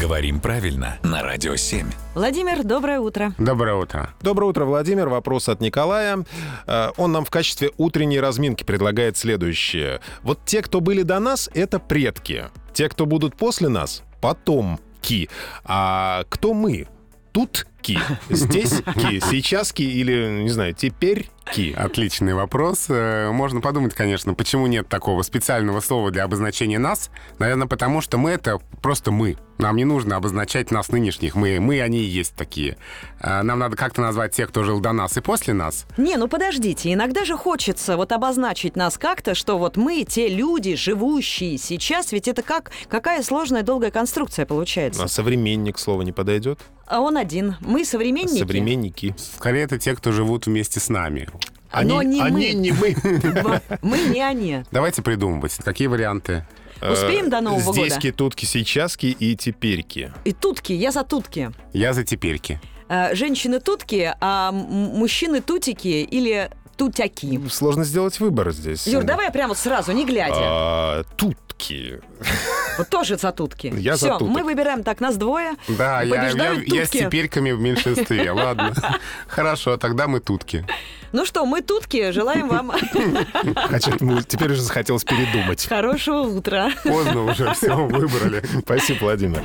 Говорим правильно на Радио 7. Владимир, доброе утро. Доброе утро. Доброе утро, Владимир. Вопрос от Николая. Э, Он нам в качестве утренней разминки предлагает следующее. Вот те, кто были до нас, это предки. Те, кто будут после нас, потомки. А кто мы? Тут ки, здесь ки, сейчас ки или, не знаю, А теперь ки. Отличный вопрос. Э, Можно подумать, конечно, почему нет такого специального слова для обозначения нас. Наверное, потому что мы — это просто мы. Нам не нужно обозначать нас нынешних. Мы, мы они и есть такие. Э, Нам надо как-то назвать тех, кто жил до нас и после нас. Не, ну подождите, иногда же хочется вот обозначить нас как-то, что вот мы, те люди, живущие сейчас, ведь это как, какая сложная долгая конструкция получается. А современник слово не подойдет? А он один. Мы современники. Современники. Скорее, это те, кто живут вместе с нами. Но не они мы. не мы. Мы не они. Давайте придумывать, какие варианты. Успеем до Нового Здесь года? ки, тут ки, сейчас ки и теперь ки. И тутки, я за тутки. Я за теперьки. Э, Женщины тутки, а м- мужчины тутики или тутяки. Сложно сделать выбор здесь. Юр, давай я прямо вот сразу, не глядя. А, Тутки. Вот тоже за тутки. Я за Все, туток. мы выбираем так, нас двое. Да, я, я, Побеждают я с тутки. теперьками в меньшинстве. Ладно. Хорошо, тогда мы тутки. Ну что, мы тутки, желаем вам Хотя ну, теперь уже захотелось передумать. хорошего утра. Поздно уже все выбрали. Спасибо, Владимир.